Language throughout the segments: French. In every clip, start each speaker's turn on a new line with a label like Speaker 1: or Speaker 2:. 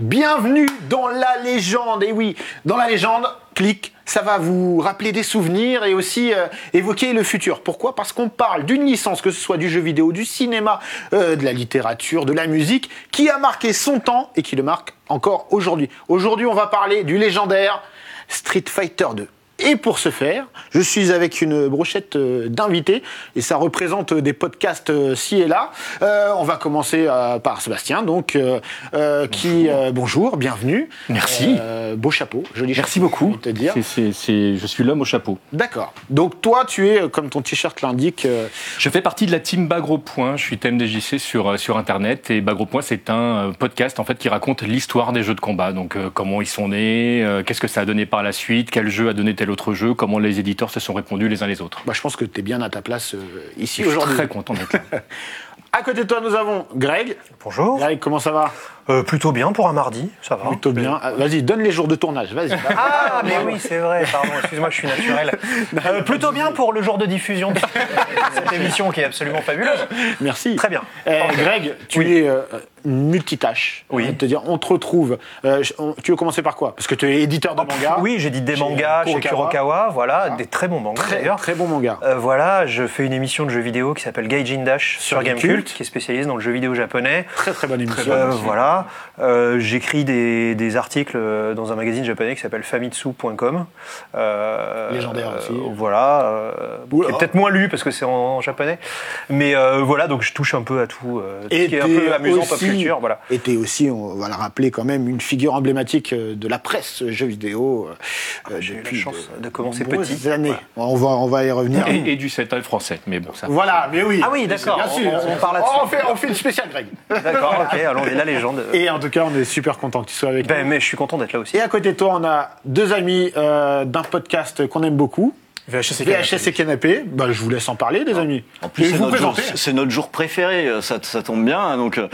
Speaker 1: Bienvenue dans la légende. Et oui, dans la légende, clique, ça va vous rappeler des souvenirs et aussi euh, évoquer le futur. Pourquoi Parce qu'on parle d'une licence, que ce soit du jeu vidéo, du cinéma, euh, de la littérature, de la musique, qui a marqué son temps et qui le marque encore aujourd'hui. Aujourd'hui, on va parler du légendaire Street Fighter 2. Et pour ce faire, je suis avec une brochette euh, d'invités, et ça représente euh, des podcasts euh, ci et là. Euh, on va commencer euh, par Sébastien, donc, euh, euh, qui, euh, bonjour, bienvenue.
Speaker 2: Merci.
Speaker 1: Euh, beau chapeau, joli
Speaker 2: Merci
Speaker 1: chapeau,
Speaker 2: beaucoup.
Speaker 1: j'ai envie de te dire.
Speaker 2: C'est- c'est- c'est- je suis l'homme au chapeau.
Speaker 1: D'accord. Donc toi, tu es, euh, comme ton t-shirt l'indique, euh,
Speaker 2: Je fais partie de la team Bagro Point. Je suis TMDJC sur, euh, sur Internet. Et Bagro Point, c'est un euh, podcast en fait, qui raconte l'histoire des jeux de combat. Donc, euh, comment ils sont nés, euh, qu'est-ce que ça a donné par la suite, quel jeu a donné tel autre jeu, comment les éditeurs se sont répondus les uns les autres.
Speaker 1: bah, je pense que tu es bien à ta place euh,
Speaker 2: Je
Speaker 1: ici
Speaker 2: suis
Speaker 1: aujourd'hui.
Speaker 2: très content d'être là.
Speaker 1: À côté de toi, nous avons Greg.
Speaker 3: Bonjour.
Speaker 1: Greg, comment ça va
Speaker 3: Euh, plutôt bien pour un mardi, ça
Speaker 2: Oh,
Speaker 3: va.
Speaker 1: Plutôt bien. Ah, Vas-y, donne les jours de tournage, vas-y.
Speaker 3: Ah, mais oui, c'est vrai, pardon, excuse-moi, je suis naturel. Euh, plutôt bien pour le jour de diffusion de cette émission qui est absolument fabuleuse.
Speaker 1: Merci.
Speaker 3: Très bien.
Speaker 1: Euh, Greg, tu es euh, multitâche.
Speaker 3: Oui.
Speaker 1: Je vais te dire, on te retrouve. euh, je- on- tu veux commencer par quoi Parce que tu es éditeur de manga.
Speaker 3: Ah, Oui, j'ai dit des
Speaker 1: Chez
Speaker 3: mangas chez
Speaker 1: Kurokawa.
Speaker 3: Kurokawa, voilà, des très bons mangas
Speaker 1: Très,
Speaker 3: d'ailleurs.
Speaker 1: très bon manga.
Speaker 3: Euh, voilà, je fais une émission de jeux vidéo qui s'appelle Gaijin Dash sur Gamecult,
Speaker 1: Gamecult.
Speaker 3: qui est spécialisée dans le jeu vidéo japonais.
Speaker 1: Très très bonne émission.
Speaker 3: Euh, voilà, Euh, j'écris des, des articles euh, dans un magazine japonais qui s'appelle famitsu.com. Euh,
Speaker 1: Légendaire
Speaker 3: euh,
Speaker 1: aussi.
Speaker 3: voilà, euh,
Speaker 1: Oula.
Speaker 3: qui est peut-être moins lu parce que c'est en, japonais. Mais euh, voilà, donc je touche un peu à tout, euh, tout
Speaker 1: Et
Speaker 3: ce qui est un
Speaker 1: t'es
Speaker 3: peu amusant pop
Speaker 1: aussi-
Speaker 3: culture. Voilà.
Speaker 1: Et t'es aussi, on va le rappeler quand même, une figure emblématique euh, de la presse euh, jeux vidéo euh,
Speaker 3: Ah, j'ai eu la
Speaker 1: depuis
Speaker 3: chance de commencer
Speaker 1: nombreuses
Speaker 3: petit.
Speaker 1: années. On, va, on va y revenir.
Speaker 2: Et, et du 7 français. Mais bon, ça.
Speaker 1: voilà, mais oui.
Speaker 3: Ah oui, d'accord,
Speaker 1: Bien
Speaker 3: on-
Speaker 1: sûr.
Speaker 3: on- on parle là-dessus.
Speaker 1: fait, on fait le spécial, Greg.
Speaker 3: D'accord, ok, allons, et la légende.
Speaker 1: Et en tout cas, on est super content que tu sois avec
Speaker 3: Ben,
Speaker 1: nous.
Speaker 3: mais je suis content d'être là aussi.
Speaker 1: Et à côté de toi, on a deux amis euh, d'un podcast qu'on aime beaucoup.
Speaker 4: VHS et
Speaker 1: VHS et Canapé. Bah, je vous laisse en parler, les amis.
Speaker 5: En plus,
Speaker 1: Et
Speaker 5: c'est
Speaker 1: vous
Speaker 5: notre, jour,
Speaker 1: présenter.
Speaker 5: c'est notre jour préféré, euh, ça, ça tombe bien. hein, donc, euh,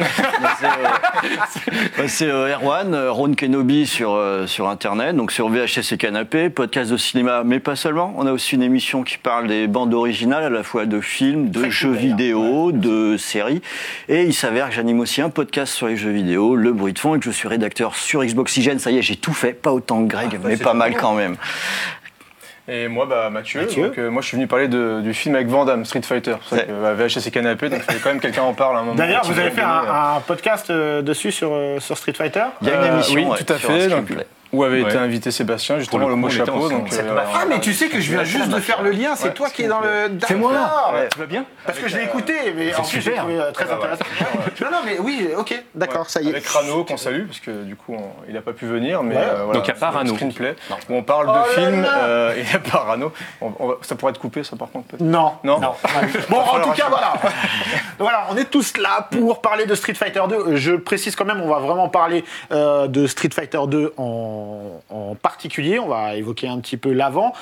Speaker 5: c'est, euh, c'est euh, Erwan, euh, Ron Kenobi sur, euh, sur Internet, donc sur VHS et Canapé, podcast de cinéma, mais pas seulement. On a aussi une émission qui parle des bandes originales, à la fois de films, de jeux vidéo, de séries. Et il s'avère que j'anime aussi un podcast sur les jeux vidéo, Le Bruit de Fond, et que je suis rédacteur sur Xbox Hygiène. Ça y est, j'ai tout fait, pas autant que
Speaker 4: Ah,
Speaker 5: Greg, mais pas mal quand même.
Speaker 4: Et moi, bah, Mathieu.
Speaker 1: Mathieu.
Speaker 4: Donc, euh, moi, je suis venu parler de- du film avec Van Damme, Street Fighter. C'est pour ça que bah, VHS et Canapé, donc il fallait quand même que quelqu'un en parle à un moment.
Speaker 1: D'ailleurs, vous avez fait un,
Speaker 4: Euh,
Speaker 1: un podcast euh, dessus sur, euh, sur Street Fighter
Speaker 5: Il y a une émission
Speaker 4: oui,
Speaker 5: ouais,
Speaker 4: tout à
Speaker 5: sur
Speaker 4: fait.
Speaker 5: Screenplay.
Speaker 4: donc, où avait été
Speaker 2: Ouais.
Speaker 4: invité Sébastien, justement,
Speaker 2: Pour
Speaker 4: le
Speaker 2: le
Speaker 4: mot
Speaker 2: coup, on était
Speaker 4: chapeau.
Speaker 2: ensemble.
Speaker 4: Donc,
Speaker 2: Ça
Speaker 4: euh,
Speaker 1: Ah, mais tu sais que je viens juste de faire le lien, c'est toi qui es dans le.
Speaker 2: C'est moi
Speaker 1: D'accord.
Speaker 2: Tu vas bien
Speaker 1: Parce que je l'ai écouté, mais en plus, j'ai
Speaker 2: super.
Speaker 1: trouvé euh,
Speaker 5: Ah
Speaker 1: très intéressant. Non, non, mais oui, ok, d'accord, ça y est.
Speaker 4: Avec Rano qu'on salue parce que du coup on- il n'a pas pu venir mais
Speaker 1: Ouais.
Speaker 4: euh, voilà,
Speaker 2: Donc, il y a pas
Speaker 4: c'est le
Speaker 2: Rano.
Speaker 4: screenplay où on parle de films euh, il n'y a pas Rano On- on va- ça pourrait être coupé ça par contre peut-être.
Speaker 1: Non.
Speaker 4: Non.
Speaker 1: Bon, en tout cas, voilà. Donc voilà, on est tous là pour parler de Street Fighter 2. Euh, Je précise quand même, on va vraiment parler euh, de Street Fighter 2 en, en particulier. On va évoquer un petit peu l'avant,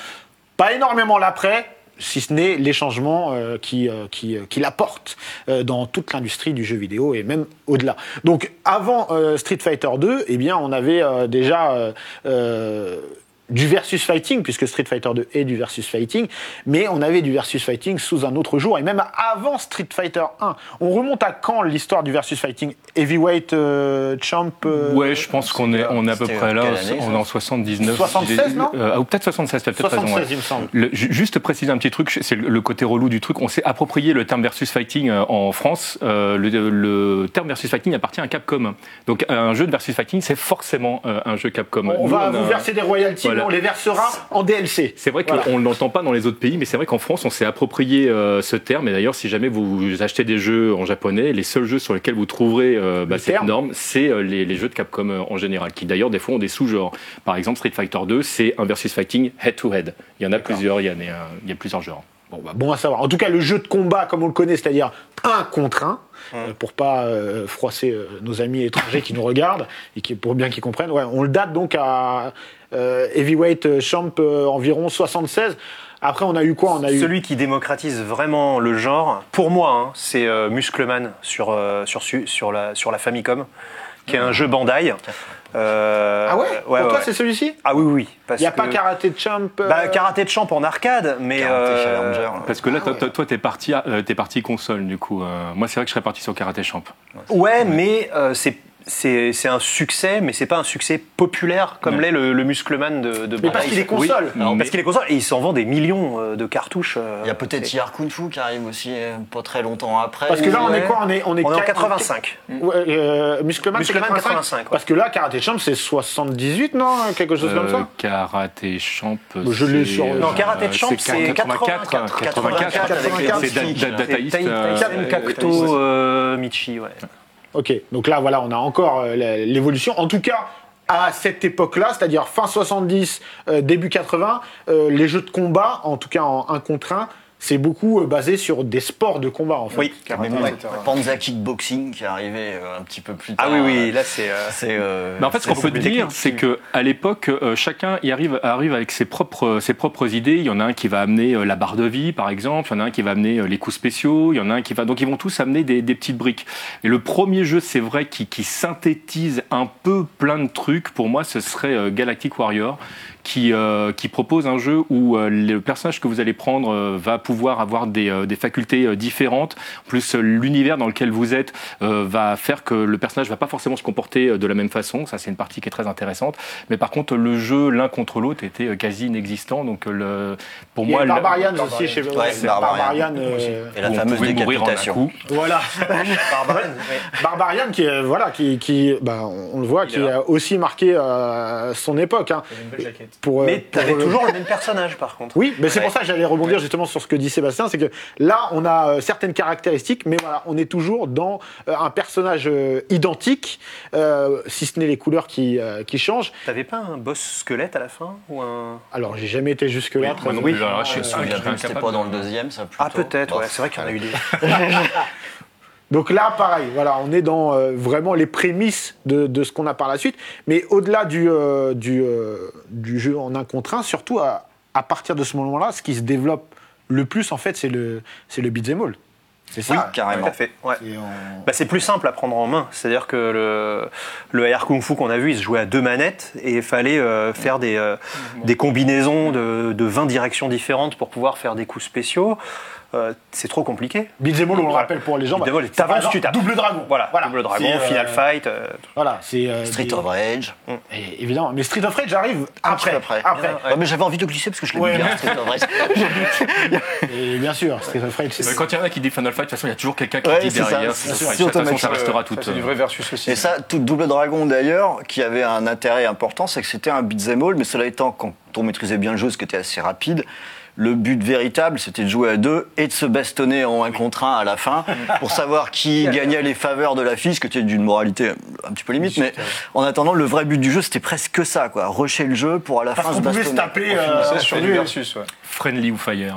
Speaker 1: pas énormément l'après. Si ce n'est les changements euh, qui, euh, qui, euh, qu'il apporte euh, dans toute l'industrie du jeu vidéo et même au-delà. Donc avant euh, Street Fighter 2, eh bien on avait euh, déjà euh, euh, du versus fighting, puisque Street Fighter 2 est du versus fighting, mais on avait du versus fighting sous un autre jour, et même avant Street Fighter 1. On remonte à quand l'histoire du versus fighting Heavyweight euh, champ euh,
Speaker 2: Ouais, je pense qu'on est, on est à peu
Speaker 5: c'était
Speaker 2: près là.
Speaker 5: quelle année,
Speaker 2: on est en 79.
Speaker 1: 76, non
Speaker 2: Euh, ah, ou peut-être 76, t'as peut-être raison.
Speaker 1: 76,
Speaker 2: ouais.
Speaker 1: il me semble.
Speaker 2: Le- ju- juste préciser un petit truc, c'est le, le côté relou du truc. On s'est approprié le terme versus fighting euh, en France. Euh, le, le terme versus fighting appartient à Capcom. Donc un jeu de versus fighting, c'est forcément euh, un jeu Capcom.
Speaker 1: On
Speaker 2: Nous,
Speaker 1: va
Speaker 2: on a-
Speaker 1: vous verser des royalties,
Speaker 2: Voilà.
Speaker 1: mais on les versera en DLC.
Speaker 2: C'est vrai qu'on
Speaker 1: Voilà.
Speaker 2: ne l'entend pas dans les autres pays, mais c'est vrai qu'en France, on s'est approprié euh, ce terme. Et d'ailleurs, si jamais vous achetez des jeux en japonais, les seuls jeux sur lesquels vous trouverez euh, bah,
Speaker 1: Le
Speaker 2: cette
Speaker 1: terme.
Speaker 2: norme, c'est euh, les, les jeux de Capcom euh, en général, qui d'ailleurs, des fois, ont des sous-genres. Par exemple, Street Fighter 2, c'est un versus fighting head-to-head. Il y en a plusieurs, il y en a, il y a plusieurs genres.
Speaker 1: Bon, bah, bon à savoir. En tout cas, le jeu de combat, comme on le connaît, c'est-à-dire un contre un,
Speaker 3: Hum.
Speaker 1: euh, pour pas euh, froisser euh, nos amis étrangers qui nous regardent et qui, pour bien qu'ils comprennent. Ouais, on le date donc à euh, Heavyweight Champ euh, environ 76. Après, on a eu quoi On a eu.
Speaker 3: Celui qui démocratise vraiment le genre, pour moi, hein, c'est euh, Muscleman sur, euh, sur, su- sur, la, sur la Famicom, qui est un jeu Bandai. Euh,
Speaker 1: Ah ouais, Pour
Speaker 3: ouais,
Speaker 1: toi,
Speaker 3: ouais.
Speaker 1: c'est celui-ci
Speaker 3: Ah oui, oui. parce
Speaker 1: Il n'y a pas
Speaker 3: que-
Speaker 1: Karaté Champ euh,
Speaker 3: Bah, karaté de champ en arcade, mais.
Speaker 5: Karaté
Speaker 3: euh,
Speaker 5: Challenger.
Speaker 2: Parce
Speaker 1: Ah
Speaker 2: que là, toi- toi, toi, t'es parti, euh, t'es parti console, du coup. Euh, moi, c'est vrai que je serais parti sur Karate Champ.
Speaker 3: Ouais, mais euh, c'est. c'est c'est un succès, mais c'est pas un succès populaire comme l'est le, le Muscleman de, de
Speaker 1: Mais parce
Speaker 3: Bandai.
Speaker 1: qu'il est console.
Speaker 3: Alors,
Speaker 2: Mais-
Speaker 3: Parce qu'il est console et il s'en vend des millions euh, de cartouches. euh,
Speaker 5: Il y a peut-être
Speaker 3: c'est-
Speaker 5: Yar Kung Fu qui arrive aussi euh, pas très longtemps après.
Speaker 1: Parce que là, on
Speaker 5: Ouais.
Speaker 1: est quoi On est, on est,
Speaker 3: On est en
Speaker 1: quatre-
Speaker 3: 85.
Speaker 1: Ouais, euh, Muscleman, c'est
Speaker 3: Muscleman,
Speaker 1: 85.
Speaker 3: 85, ouais.
Speaker 1: Parce que là, Karate Champ, c'est 78, non Quelque chose comme
Speaker 2: Euh,
Speaker 1: ça
Speaker 2: Karaté Champ.
Speaker 3: Bah,
Speaker 1: Je l'ai
Speaker 2: c'est,
Speaker 1: sur-
Speaker 2: euh,
Speaker 1: Non,
Speaker 3: Karaté Champ, c'est
Speaker 2: 84.
Speaker 3: 84,
Speaker 2: 84,
Speaker 1: avec les
Speaker 2: C'est
Speaker 1: Data-
Speaker 2: Data-
Speaker 3: C'est
Speaker 2: Dataist.
Speaker 3: Taï-
Speaker 2: euh,
Speaker 3: Taïsan Kakuto euh, Michi, ouais.
Speaker 1: Ok, donc là, voilà, on a encore euh, la- l'évolution. En tout cas, à cette époque-là, c'est-à-dire fin 70, euh, début 80, euh, les jeux de combat, en tout cas en 1 contre 1, c'est beaucoup euh, basé sur des sports de combat, en fait.
Speaker 3: Oui.
Speaker 5: Mais
Speaker 4: Ouais.
Speaker 5: bon, Panza Kickboxing qui est arrivé euh, un petit peu plus tard.
Speaker 3: Ah oui, oui,
Speaker 5: euh,
Speaker 3: là c'est. euh,
Speaker 5: C'est. euh,
Speaker 2: Mais en fait, ce
Speaker 5: c'est
Speaker 2: qu'on peut
Speaker 5: beaucoup
Speaker 2: dire,
Speaker 5: technique.
Speaker 2: c'est que à l'époque, euh, chacun y arrive, arrive avec ses propres, euh, ses propres idées. Il y en a un qui va amener euh, la barre de vie, par exemple. Il y en a un qui va amener euh, les coups spéciaux. Il y en a un qui va. Donc, ils vont tous amener des, des petites briques. Et le premier jeu, c'est vrai, qui, qui synthétise un peu plein de trucs. Pour moi, ce serait euh, Galactic Warrior, qui, euh, qui propose un jeu où euh, le personnage que vous allez prendre euh, va pouvoir avoir des, euh, des facultés euh, différentes. Plus euh, l'univers dans lequel vous êtes euh, va faire que le personnage va pas forcément se comporter euh, de la même façon. Ça, c'est une partie qui est très intéressante. Mais par contre, le jeu l'un contre l'autre était euh, quasi inexistant. Donc, euh, le, pour
Speaker 1: Il y a
Speaker 2: moi, le-
Speaker 1: Barbarian aussi, chez
Speaker 5: Ouais,
Speaker 1: ouais, c'est
Speaker 5: Barbarian.
Speaker 1: Barbarian. euh,
Speaker 5: Et la
Speaker 2: où on
Speaker 5: fameuse
Speaker 2: pouvait mourir en un
Speaker 5: décapitation.
Speaker 2: coup.
Speaker 1: Voilà.
Speaker 3: Barbarian, ouais.
Speaker 1: Barbarian qui, euh, voilà, qui, qui bah, on on le voit, qui a aussi marqué euh, son époque. hein. Pour, euh,
Speaker 3: Mais
Speaker 1: pour,
Speaker 3: t'avais
Speaker 1: euh,
Speaker 3: toujours le même personnage par contre.
Speaker 1: Oui, mais c'est
Speaker 3: Ouais.
Speaker 1: pour ça que j'allais rebondir justement sur ce que dit Sébastien, c'est que là, on a euh, certaines caractéristiques, mais voilà, on est toujours dans euh, un personnage euh, identique, euh, si ce n'est les couleurs qui, euh, qui changent.
Speaker 3: T'avais pas un boss squelette à la fin ou un
Speaker 1: Alors, j'ai jamais été jusque-là. très-
Speaker 2: Moi non
Speaker 3: Oui.
Speaker 2: plus. Alors là, je suis-
Speaker 5: Je me souviens plus, c'était pas dans le deuxième, ça plutôt.
Speaker 3: Ah peut-être,
Speaker 5: Bon,
Speaker 3: ouais, c'est vrai qu'il y en a eu des.
Speaker 1: Donc là, pareil, voilà, on est dans euh, vraiment les prémices de, de ce qu'on a par la suite, mais au-delà du, euh, du, euh, du jeu en un contre un, surtout à, à partir de ce moment-là, ce qui se développe le plus, en fait, c'est le, c'est le beat'em all. C'est
Speaker 5: Oui,
Speaker 1: ça
Speaker 3: Tout
Speaker 5: carrément.
Speaker 3: à fait. Ouais.
Speaker 1: Et on-
Speaker 3: Bah, c'est plus simple à prendre en main. C'est-à-dire que le, le AR Kung Fu qu'on a vu, il se jouait à deux manettes et il fallait euh, faire des, euh, des combinaisons de, de 20 directions différentes pour pouvoir faire des coups spéciaux. Euh, c'est trop compliqué.
Speaker 1: Beat'em all, on le
Speaker 3: Voilà.
Speaker 1: rappelle pour les gens. bah,
Speaker 3: Beat'em all,
Speaker 1: c'est par
Speaker 3: t'avances,
Speaker 1: exemple
Speaker 3: tu tapes.
Speaker 1: Double dragon.
Speaker 3: Voilà, double dragon,
Speaker 1: C'est, euh,
Speaker 3: final fight. euh,
Speaker 1: Voilà, c'est. euh,
Speaker 5: Street
Speaker 1: des-
Speaker 5: of Rage.
Speaker 1: Et- évidemment, mais Street of Rage arrive
Speaker 5: Un petit
Speaker 1: après.
Speaker 5: peu
Speaker 1: Après.
Speaker 5: Ouais, mais j'avais envie de glisser parce que je l'ai
Speaker 1: Ouais.
Speaker 5: bien, Street of Rage.
Speaker 1: Et bien sûr, Street of Rage, c'est.
Speaker 2: Bah, Quand il y en a qui dit Final Fight, de toute façon, il y a toujours quelqu'un qui
Speaker 5: Ouais,
Speaker 2: dit
Speaker 5: c'est ça,
Speaker 2: derrière.
Speaker 5: c'est
Speaker 2: Street
Speaker 5: ça.
Speaker 2: Fighter.
Speaker 5: Si on
Speaker 2: De toute façon,
Speaker 5: t'emmène-
Speaker 2: ça restera tout.
Speaker 4: Ça, C'est du
Speaker 2: euh,
Speaker 4: vrai versus aussi.
Speaker 5: Et ça, tout Double Dragon d'ailleurs, qui avait un intérêt important, c'est que c'était un beat'em all, mais cela étant, quand on maîtrisait bien le jeu, ce qui était assez rapide, le but véritable, c'était de jouer à deux et de se bastonner en un contre un à la fin pour savoir qui gagnait les faveurs de l'affiche, ce qui était d'une moralité un petit peu limite. Mais en attendant, le vrai but du jeu, c'était presque ça, quoi. Rusher le jeu pour à la
Speaker 1: Parce
Speaker 5: fin
Speaker 1: qu'on
Speaker 5: se
Speaker 1: pouvait se
Speaker 5: bastonner.
Speaker 1: taper. euh,
Speaker 4: Ça, sur
Speaker 1: sur
Speaker 4: du
Speaker 1: du-
Speaker 4: versus, ouais.
Speaker 2: Friendly ou Fire.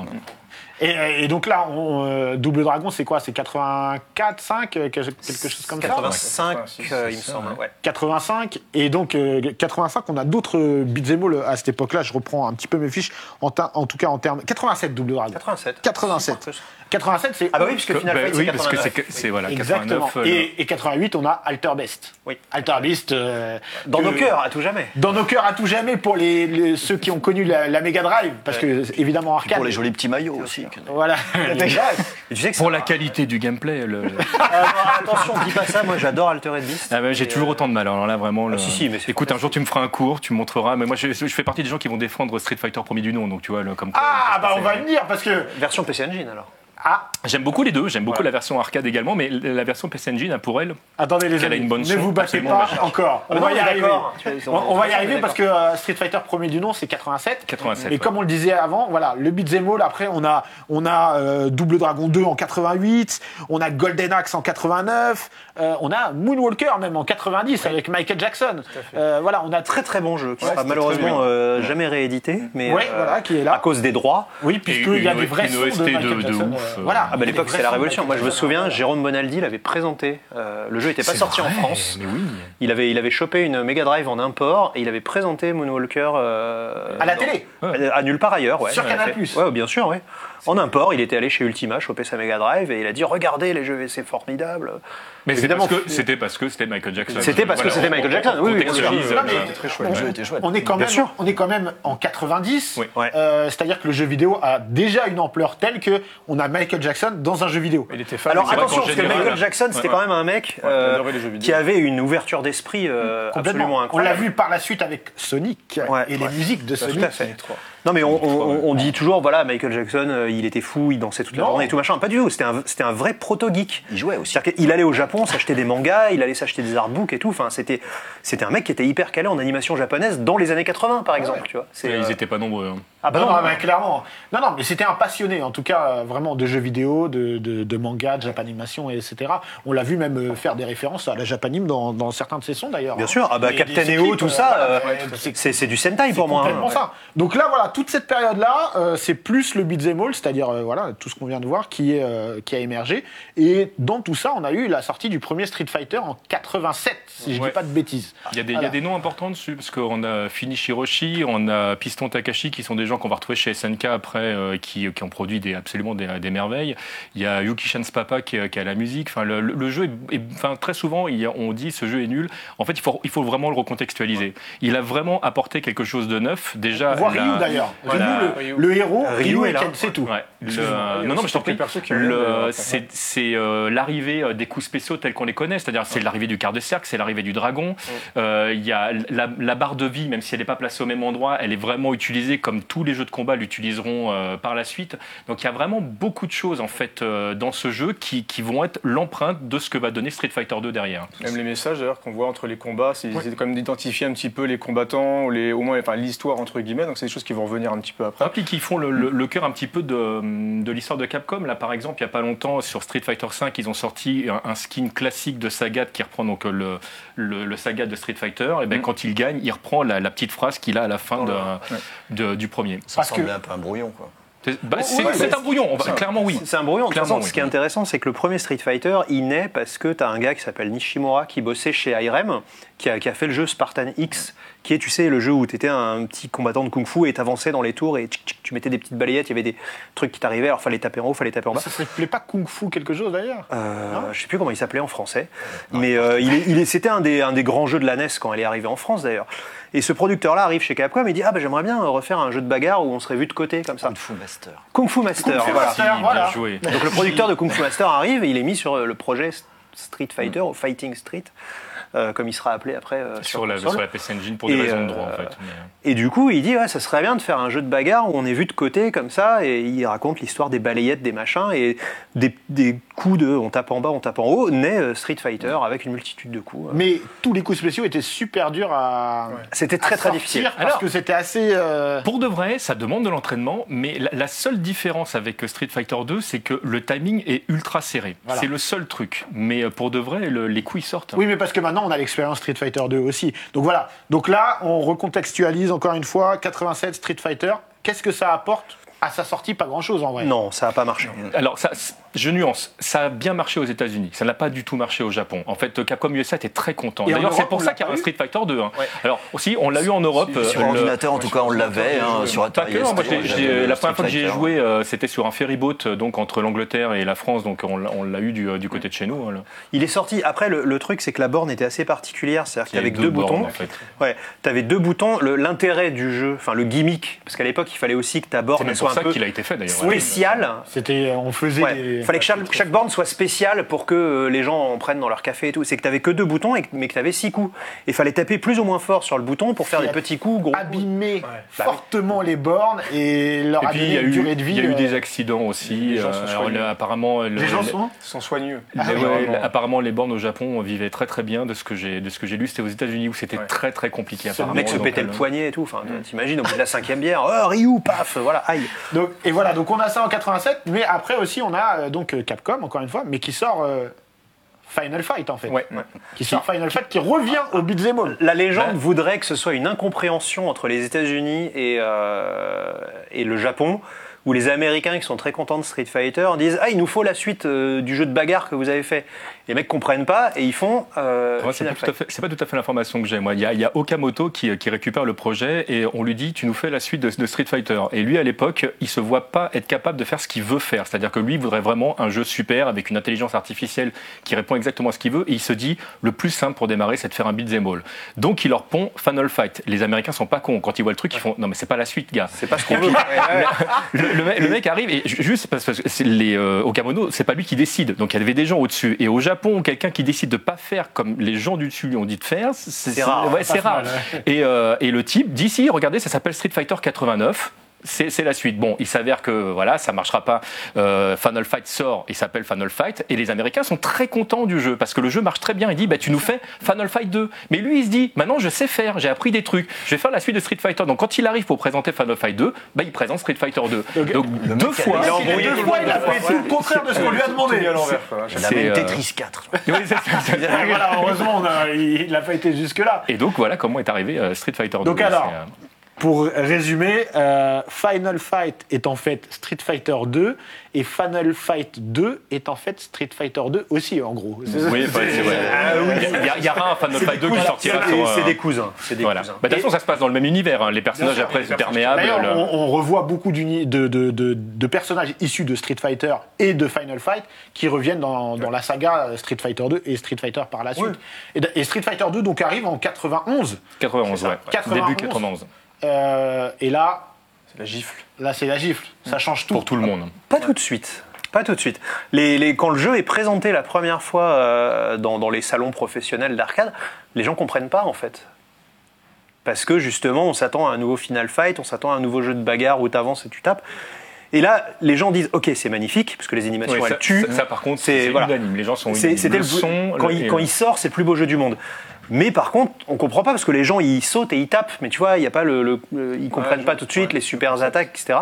Speaker 1: Et, et donc là, on, euh, Double Dragon, c'est quoi C'est 84, 5, euh, quelque quelque chose comme ça
Speaker 3: 85, euh, il me
Speaker 4: c'est ça,
Speaker 3: semble. ouais.
Speaker 1: 85 et donc euh, 85 on a d'autres euh, beat'em all à cette époque-là je reprends un petit peu mes fiches en, tein- en tout cas en termes 87 double dragon
Speaker 3: 87.
Speaker 1: 87 87 c'est
Speaker 3: Ah bah oui, parce que final
Speaker 2: Bah
Speaker 3: fight,
Speaker 2: oui,
Speaker 3: c'est
Speaker 2: parce que
Speaker 3: 89.
Speaker 2: c'est- c'est voilà,
Speaker 1: exactement
Speaker 2: 89. euh,
Speaker 1: et, et 88 on a Alter Best
Speaker 3: Oui.
Speaker 1: Alter Beast euh,
Speaker 3: Dans
Speaker 1: que-
Speaker 3: nos cœurs, à tout jamais.
Speaker 1: Dans nos cœurs à tout jamais pour les, les- ceux qui ont connu la, la Mega Drive, parce que évidemment
Speaker 5: Puis
Speaker 1: arcade.
Speaker 5: Pour les jolis petits maillots aussi.
Speaker 1: Voilà. Ah,
Speaker 3: Et tu sais que
Speaker 2: Pour
Speaker 3: ça-
Speaker 2: la qualité du gameplay, le-
Speaker 3: Ah, non, attention, dis pas ça, moi j'adore Altered Beast.
Speaker 2: Ah ben, j'ai
Speaker 3: Et,
Speaker 2: toujours autant de mal. Alors là, vraiment. le-
Speaker 3: Ah, si, si, mais c'est
Speaker 2: Écoute, un jour, tu me feras un cours, tu me montreras. Mais moi, je, je fais partie des gens qui vont défendre Street Fighter premier du nom. Donc, tu vois, le, comme quoi,
Speaker 1: Ah
Speaker 2: ça,
Speaker 1: bah
Speaker 2: c'est-
Speaker 1: on va venir parce que
Speaker 3: euh, Version PC Engine alors.
Speaker 1: ah
Speaker 2: J'aime beaucoup les deux. J'aime beaucoup la version arcade également, mais la version PC Engine a pour elle.
Speaker 1: attendez les
Speaker 2: Qu'elle a
Speaker 1: amis,
Speaker 2: une bonne
Speaker 1: ne
Speaker 2: chambre,
Speaker 1: vous battez
Speaker 2: absolument,
Speaker 1: pas
Speaker 2: ma chère.
Speaker 1: encore. On
Speaker 3: Ah non,
Speaker 1: va
Speaker 3: on
Speaker 1: y
Speaker 3: est
Speaker 1: arriver.
Speaker 3: d'accord. Tu vois, ils
Speaker 1: On,
Speaker 3: ont-
Speaker 1: on va y
Speaker 3: on est
Speaker 1: arriver parce que euh, Street Fighter premier du nom c'est 87.
Speaker 2: 87,
Speaker 1: Et
Speaker 2: ouais.
Speaker 1: comme on le disait avant, voilà le beat'em all. Après on a on a euh, Double Dragon 2 en 88, on a Golden Axe en 89, euh, on a Moonwalker même en 90 avec Michael Jackson. Euh, voilà on a
Speaker 3: Très très bon jeu, qui
Speaker 4: Ouais,
Speaker 3: sera
Speaker 4: c'était très
Speaker 3: malheureusement
Speaker 4: bien.
Speaker 3: euh, jamais réédité, mais euh,
Speaker 1: Ouais, voilà, qui est là.
Speaker 3: à cause des droits.
Speaker 1: Oui, puisqu'il y a
Speaker 2: une-
Speaker 1: des vrais
Speaker 2: une
Speaker 1: sons
Speaker 2: OST
Speaker 1: de, Michael
Speaker 2: de- de
Speaker 1: Jackson,
Speaker 2: ouf,
Speaker 1: euh,
Speaker 2: euh.
Speaker 1: voilà.
Speaker 3: Ah bah à l'époque
Speaker 1: Des
Speaker 3: c'est
Speaker 1: vrais
Speaker 3: la
Speaker 1: sons de
Speaker 3: révolution. Moi je me
Speaker 1: Michael
Speaker 3: souviens,
Speaker 1: Jackson,
Speaker 3: Jérôme Bonaldi l'avait présenté. Euh, le jeu n'était pas sorti en France.
Speaker 2: Mais oui.
Speaker 3: Il avait, il avait chopé une Mega Drive en import et il avait présenté Moonwalker euh,
Speaker 1: À la
Speaker 3: dans-
Speaker 1: télé
Speaker 3: Euh, À nulle part ailleurs, ouais.
Speaker 1: Sur
Speaker 3: tout à
Speaker 1: Canal+.
Speaker 3: fait. Ouais, bien sûr, ouais. En import, il était allé chez Ultima, choper sa Mega Drive et il a dit Regardez les jeux VC formidables.
Speaker 2: Mais c'est
Speaker 3: Évidemment.
Speaker 2: parce que- c'était parce que c'était Michael Jackson.
Speaker 3: C'était parce que
Speaker 2: Voilà,
Speaker 3: c'était
Speaker 2: on-
Speaker 3: Michael
Speaker 2: on-
Speaker 3: Jackson,
Speaker 2: on
Speaker 3: oui, oui,
Speaker 2: contextualise,
Speaker 3: bien sûr.
Speaker 2: euh,
Speaker 1: Non, mais-
Speaker 5: C'était chouette. Le jeu était chouette.
Speaker 1: On est, quand
Speaker 3: Bien
Speaker 1: même,
Speaker 3: sûr.
Speaker 1: on est quand même en 90,
Speaker 2: Oui.
Speaker 3: Ouais.
Speaker 1: euh, c'est-à-dire que le jeu vidéo a déjà une ampleur telle que on a Michael Michael Jackson dans un jeu vidéo.
Speaker 4: Il était fan.
Speaker 3: Alors
Speaker 4: c'est vrai
Speaker 3: attention,
Speaker 4: qu'en
Speaker 3: parce que
Speaker 4: général-
Speaker 3: Michael Jackson, c'était
Speaker 4: Ouais,
Speaker 3: quand même un mec
Speaker 4: Ouais,
Speaker 3: euh,
Speaker 4: j'adorais les jeux vidéo.
Speaker 3: qui avait une ouverture d'esprit euh,
Speaker 1: Complètement.
Speaker 3: absolument
Speaker 1: On l'a
Speaker 3: incroyable.
Speaker 1: vu par la suite avec Sonic
Speaker 3: Ouais,
Speaker 1: et les
Speaker 3: ouais.
Speaker 1: musiques de
Speaker 3: Tout
Speaker 1: Sonic.
Speaker 3: à fait. Non mais on, on- on- on dit toujours voilà Michael Jackson euh, il était fou il dansait toute la
Speaker 1: Non.
Speaker 3: journée et tout machin pas du tout c'était un, c'était un vrai proto geek
Speaker 5: Il jouait aussi.
Speaker 3: c'est-à-dire qu'il allait au Japon s'acheter des mangas il allait s'acheter des artbooks et tout enfin c'était c'était un mec qui était hyper calé en animation japonaise dans les années 80 par exemple tu vois C'est,
Speaker 2: Mais
Speaker 3: euh,
Speaker 2: Ils étaient pas nombreux. hein.
Speaker 1: Ah bah
Speaker 3: Ah
Speaker 1: non,
Speaker 3: non,
Speaker 1: ah bah clairement. Non, non, mais c'était un passionné, en tout cas, euh, vraiment de jeux vidéo, de, de, de manga, de japanimation, etc. On l'a vu même euh, faire des références à la japanime dans, dans certains de ses sons, d'ailleurs.
Speaker 3: bien sûr ah bah
Speaker 1: Et
Speaker 3: Captain
Speaker 1: des-
Speaker 3: EO tout
Speaker 1: euh,
Speaker 3: ça
Speaker 1: voilà,
Speaker 3: euh,
Speaker 1: ouais, tout à fait.
Speaker 3: c'est c'est du Sentai pour moi hein.
Speaker 1: complètement ça. Donc là, voilà, toute cette période-là, euh, c'est plus le beat'em all, c'est-à-dire euh, voilà tout ce qu'on vient de voir qui est euh, qui a émergé. Et dans tout ça, on a eu la sortie du premier Street Fighter en 87, si je
Speaker 2: Ouais.
Speaker 1: dis pas de bêtises.
Speaker 2: Il y, a des,
Speaker 1: Voilà.
Speaker 2: il y a des noms importants dessus, parce qu'on a Finish Hiroshi, on a Piston Takashi, qui sont des gens qu'on va retrouver chez SNK après, euh, qui, qui ont produit des, absolument des, des merveilles. Il y a Yuki Shan's Papa qui, est- qui a la musique. Enfin, le, le- le jeu, est, est- enfin, très souvent, il y a- on dit ce jeu est nul. En fait, il faut, il faut vraiment le recontextualiser. Il a vraiment apporté quelque chose de neuf. Déjà,
Speaker 1: Voir
Speaker 2: la-
Speaker 1: Ryu d'ailleurs.
Speaker 2: Ah, Voilà.
Speaker 1: Ryu, le, le héros,
Speaker 3: Ryu
Speaker 1: Ryu,
Speaker 3: est
Speaker 1: et
Speaker 3: là.
Speaker 1: Ken, c'est tout.
Speaker 2: Ouais. Le- euh,
Speaker 4: Excuse-moi, il y a
Speaker 2: non, non, mais
Speaker 4: aussi
Speaker 2: je t'en prie.
Speaker 4: quelques persos qui
Speaker 2: Le-
Speaker 4: reviennent, euh,
Speaker 2: C'est c'est, euh, l'arrivée euh, des coups spéciaux tels qu'on les connaît, c'est-à-dire c'est l'arrivée du quart de cercle, c'est l'arrivée du dragon. Euh, Il y a la, la barre de vie, même si elle n'est pas placée au même endroit, elle est vraiment utilisée comme tous les jeux de combat l'utiliseront euh, par la suite. Donc il y a vraiment beaucoup de choses en fait euh, dans ce jeu qui, qui vont être l'empreinte de ce que va donner Street Fighter 2 derrière.
Speaker 4: Même les messages d'ailleurs qu'on voit entre les combats, c'est c'est quand même d'identifier un petit peu les combattants, ou les, au moins enfin, l'histoire entre guillemets, donc c'est des choses qui vont revenir un petit peu après.
Speaker 2: Rappelez qu'ils font le, le- le cœur un petit peu de, de l'histoire de Capcom. Là, par exemple, il n'y a pas longtemps, sur Street Fighter V, ils ont sorti un, un skin classique de Sagat qui reprend donc euh, le, le, le Sagat de Street Fighter. Et ben, quand il gagne, il reprend la, la petite phrase qu'il a à la fin de- de- du premier.
Speaker 5: Ça
Speaker 1: Parce
Speaker 5: ressemblait
Speaker 1: que-
Speaker 5: un peu à un brouillon, quoi.
Speaker 2: C'est bah, c'est-
Speaker 1: ouais,
Speaker 2: c'est
Speaker 1: ouais.
Speaker 2: un brouillon, on va- clairement oui.
Speaker 3: C'est un brouillon. De toute façon,
Speaker 2: Clairement, oui.
Speaker 3: ce qui est intéressant, c'est que le premier Street Fighter, il naît parce que tu as un gars qui s'appelle Nishimura qui bossait chez IREM, qui a, qui a fait le jeu Spartan X, qui est, tu sais, le jeu où tu étais un petit combattant de kung-fu et t'avançais dans les tours et tchic, tchic, tu mettais des petites balayettes, il y avait des trucs qui t'arrivaient, alors fallait taper en haut, fallait taper en bas.
Speaker 1: Ça s'appelait pas Kung Fu quelque chose d'ailleurs
Speaker 3: Euh,
Speaker 1: Non.
Speaker 3: je sais plus comment il s'appelait en français, mais euh, il est- il est- c'était un des, un des grands jeux de la NES quand elle est arrivée en France d'ailleurs. Et ce producteur-là arrive chez Capcom et dit ah ben j'aimerais bien refaire un jeu de bagarre où on serait vu de côté comme ça.
Speaker 5: Kung Fu Master.
Speaker 3: Kung Fu Master.
Speaker 1: Kung Fu
Speaker 3: voilà.
Speaker 1: Master, voilà.
Speaker 2: Bien joué.
Speaker 3: Donc le producteur de Kung Fu Master arrive et il est mis sur euh, le projet S- Street Fighter, ou Fighting Street, euh, comme il sera appelé après euh, sur,
Speaker 2: Sur la,
Speaker 3: console.
Speaker 2: sur la PC Engine pour des
Speaker 3: Et,
Speaker 2: raisons de
Speaker 3: euh,
Speaker 2: droit en fait. Mais-
Speaker 3: Et du coup, il dit ouais, ça serait bien de faire un jeu de bagarre où on est vu de côté comme ça, et il raconte l'histoire des balayettes, des machins, et des, des coups de on tape en bas, on tape en haut, naît euh, Street Fighter avec une multitude de coups. euh.
Speaker 1: Mais tous les coups spéciaux étaient super durs à.
Speaker 3: C'était
Speaker 1: à
Speaker 3: très très
Speaker 1: sortir
Speaker 3: difficile.
Speaker 1: Parce que c'était assez. euh,
Speaker 2: Pour de vrai, ça demande de l'entraînement, mais la, la seule différence avec Street Fighter 2, c'est que le timing est ultra serré.
Speaker 1: Voilà.
Speaker 2: C'est le seul truc. Mais euh, pour de vrai, le- les coups ils sortent.
Speaker 1: Oui, mais parce que maintenant on a l'expérience Street Fighter 2 aussi. Donc voilà. Donc là, on recontextualise encore une fois 87 Street Fighter. Qu'est-ce que ça apporte à sa sortie Pas grand-chose en vrai.
Speaker 3: Non, ça n'a pas marché.
Speaker 2: Alors, ça, c- je nuance. Ça a bien marché aux États-Unis. Ça n'a pas du tout marché au Japon. En fait, Capcom USA était très content.
Speaker 1: Et en
Speaker 2: D'ailleurs, c'est
Speaker 1: Europe,
Speaker 2: pour
Speaker 1: on
Speaker 2: ça
Speaker 1: l'a
Speaker 2: qu'il y a
Speaker 1: pas
Speaker 2: un
Speaker 1: eu
Speaker 2: Street Fighter 2. hein. Alors, aussi, on l'a eu en Europe. euh,
Speaker 5: Sur
Speaker 2: le-
Speaker 5: ordinateur, en tout cas, on l'avait, hein, sur
Speaker 2: Pas que,
Speaker 5: Atari.
Speaker 2: moi,
Speaker 5: ST,
Speaker 2: j'ai-
Speaker 5: on
Speaker 2: j'ai-
Speaker 5: l'avait,
Speaker 2: la
Speaker 5: Street
Speaker 2: première fois que j'y ai
Speaker 5: Fighter.
Speaker 2: joué, euh, c'était sur un ferryboat euh, donc entre l'Angleterre et la France, donc on, l'a- on l'a eu du, euh, du côté de chez nous. hein, là.
Speaker 3: Il est sorti. Après, le, le truc, c'est que la borne était assez particulière,
Speaker 2: Il y
Speaker 3: c'est-à-dire qu'il y
Speaker 2: avait
Speaker 3: avait deux, boutons.
Speaker 2: bornes, en fait.
Speaker 3: Ouais, t'avais deux boutons. Le- L'intérêt du jeu, enfin le gimmick, parce qu'à l'époque, il fallait aussi que ta
Speaker 2: C'est
Speaker 3: borne
Speaker 2: même
Speaker 3: elle soit
Speaker 2: pour
Speaker 3: un
Speaker 2: ça
Speaker 3: peu
Speaker 2: qu'il a été fait d'ailleurs.
Speaker 3: spéciale.
Speaker 1: C'était, euh, on faisait.
Speaker 3: Ouais,
Speaker 1: des-
Speaker 3: fallait que chaque, chaque borne soit spéciale pour que euh, les gens en prennent dans leur café et tout. C'est que t'avais que deux boutons, et que- mais que t'avais six coups. Et fallait taper plus ou moins fort sur le bouton pour faire des
Speaker 1: Fiat.
Speaker 3: petits coups, gros coups.
Speaker 1: abîmer fortement les bornes et leur
Speaker 2: Et puis il y a
Speaker 1: abîmer une durée
Speaker 2: eu,
Speaker 1: de
Speaker 2: il
Speaker 1: vie.
Speaker 2: y a eu
Speaker 1: euh,
Speaker 2: des accidents aussi.
Speaker 4: les gens sont
Speaker 2: euh,
Speaker 4: soignés.
Speaker 2: alors, apparemment, le-
Speaker 1: les gens
Speaker 2: le-
Speaker 1: sont.
Speaker 4: Sans soigneux.
Speaker 2: Mais ouais,
Speaker 4: Généralement.
Speaker 2: apparemment, les bornes au Japon vivaient très très bien de ce que j'ai de ce que j'ai lu. C'était aux États-Unis où c'était très très compliqué.
Speaker 3: Le
Speaker 2: apparemment.
Speaker 3: mec se
Speaker 2: Donc,
Speaker 3: pétait le
Speaker 2: euh,
Speaker 3: poignet et tout. Enfin, t'imagines, au bout de la cinquième bière, oh, Ryu, paf, voilà, aïe.
Speaker 1: Donc, et voilà, donc on a ça en 87, mais après aussi on a euh, donc euh, Capcom, encore une fois, mais qui sort euh, Final Fight en fait.
Speaker 2: Ouais, ouais.
Speaker 1: Qui sort Final Fight, qui revient au beat'em all.
Speaker 3: La légende
Speaker 2: Ouais.
Speaker 3: voudrait que ce soit une incompréhension entre les États-Unis et, euh, et le Japon, où les Américains qui sont très contents de Street Fighter disent Ah, il nous faut la suite euh, du jeu de bagarre que vous avez fait. Les mecs comprennent pas et ils font. euh,
Speaker 2: Ouais, c'est
Speaker 3: Final
Speaker 2: pas, tout à
Speaker 3: Fight.
Speaker 2: fait- c'est pas tout à fait l'information que j'ai, moi. Il y a, il y a Okamoto qui, qui récupère le projet et on lui dit Tu nous fais la suite de, de Street Fighter. Et lui, à l'époque, il se voit pas être capable de faire ce qu'il veut faire. C'est-à-dire que lui, il voudrait vraiment un jeu super avec une intelligence artificielle qui répond exactement à ce qu'il veut. Et il se dit Le plus simple pour démarrer, c'est de faire un beat'em all. Donc, il leur pond Final Fight. Les Américains sont pas cons. Quand ils voient le truc, ils font Non, mais c'est pas la suite, gars.
Speaker 3: C'est pas ce qu'on veut.
Speaker 2: Le, le mec- le mec arrive et ju- juste parce que c'est les euh, Okamono, c'est pas lui qui décide. Donc il y avait des gens au-dessus. Et au Japon, quelqu'un qui décide de pas faire comme les gens du dessus lui ont dit de faire,
Speaker 3: C'est rare.
Speaker 2: ouais, c'est rare. Et, euh, et le type dit si, regardez, ça s'appelle Street Fighter 89. C'est c'est la suite. Bon, il s'avère que voilà, ça marchera pas. Euh, Final Fight sort, il s'appelle Final Fight, et les Américains sont très contents du jeu parce que le jeu marche très bien. Il dit, bah tu nous fais Final Fight 2. Mais lui, il se dit, maintenant je sais faire, j'ai appris des trucs, je vais faire la suite de Street Fighter. Donc quand il arrive pour présenter Final Fight 2, bah il présente Street Fighter 2. Donc deux fois,
Speaker 3: il a
Speaker 1: Il a
Speaker 3: embrouillé
Speaker 1: deux
Speaker 3: tout le
Speaker 1: fois,
Speaker 3: monde.
Speaker 1: il a fait tout le contraire de ce qu'on lui a demandé.
Speaker 4: mis à l'envers. quoi.
Speaker 3: Il a
Speaker 2: C'est,
Speaker 3: même
Speaker 2: euh,
Speaker 3: Tetris 4.
Speaker 2: Oui, c'est ça, c'est ça.
Speaker 1: Ah, voilà, heureusement, on a- il n'a pas été jusque-là.
Speaker 2: Et donc voilà comment est arrivé euh, Street Fighter 2.
Speaker 1: Donc,
Speaker 2: C'est,
Speaker 1: alors,
Speaker 2: euh,
Speaker 1: Pour résumer, euh, Final Fight est en fait Street Fighter 2 et Final Fight 2 est en fait Street Fighter 2 aussi, en gros. C'est-
Speaker 2: Oui, bah, c'est vrai. Il y a- il y aura un Final Fight 2 qui
Speaker 3: Ah C'est
Speaker 2: sortira
Speaker 3: des-
Speaker 2: sur.
Speaker 3: c'est
Speaker 2: euh,
Speaker 3: des cousins. C'est des hein.
Speaker 2: Voilà.
Speaker 3: cousins.
Speaker 2: Bah, de toute façon, ça se passe dans le même univers. hein. Les personnages
Speaker 1: Bien sûr,
Speaker 2: après
Speaker 1: les
Speaker 2: sont
Speaker 1: personnages.
Speaker 2: perméables.
Speaker 1: D'ailleurs,
Speaker 2: le-
Speaker 1: on, on revoit beaucoup d'uni- de, de- de- de personnages issus de Street Fighter et de Final Fight qui reviennent dans, dans la saga euh, Street Fighter 2 et Street Fighter par la suite. Et d- Et, Street Fighter 2 donc arrive en 91.
Speaker 2: 91,
Speaker 1: C'est ça,
Speaker 2: ouais.
Speaker 1: 91.
Speaker 2: Début 91.
Speaker 1: Euh, et là,
Speaker 4: C'est la gifle.
Speaker 1: là c'est la gifle. Ça change tout.
Speaker 2: Pour tout le monde.
Speaker 3: Pas tout de suite. Pas tout de suite. Les, les- quand le jeu est présenté la première fois euh, dans, dans les salons professionnels d'arcade, les gens comprennent pas en fait. Parce que justement, on s'attend à un nouveau Final Fight, on s'attend à un nouveau jeu de bagarre où tu avances et tu tapes. Et là, les gens disent Ok, c'est magnifique, parce que les animations
Speaker 2: Ouais,
Speaker 3: elles
Speaker 2: ça,
Speaker 3: tuent.
Speaker 2: ça, ça, par contre,
Speaker 3: C'est-
Speaker 2: c'est
Speaker 3: voilà.
Speaker 2: unanime. Les gens sont
Speaker 3: C'est-
Speaker 2: unanimes. le
Speaker 3: C'était le,
Speaker 2: son.
Speaker 3: quand,
Speaker 2: le-
Speaker 3: il,
Speaker 2: et-
Speaker 3: quand il sort, c'est le plus beau jeu du monde. Mais par contre, on comprend pas parce que les gens ils sautent et ils tapent, mais tu vois, il y a pas le, le- le- ils comprennent
Speaker 4: je-
Speaker 3: pas tout de suite les super attaques, etc.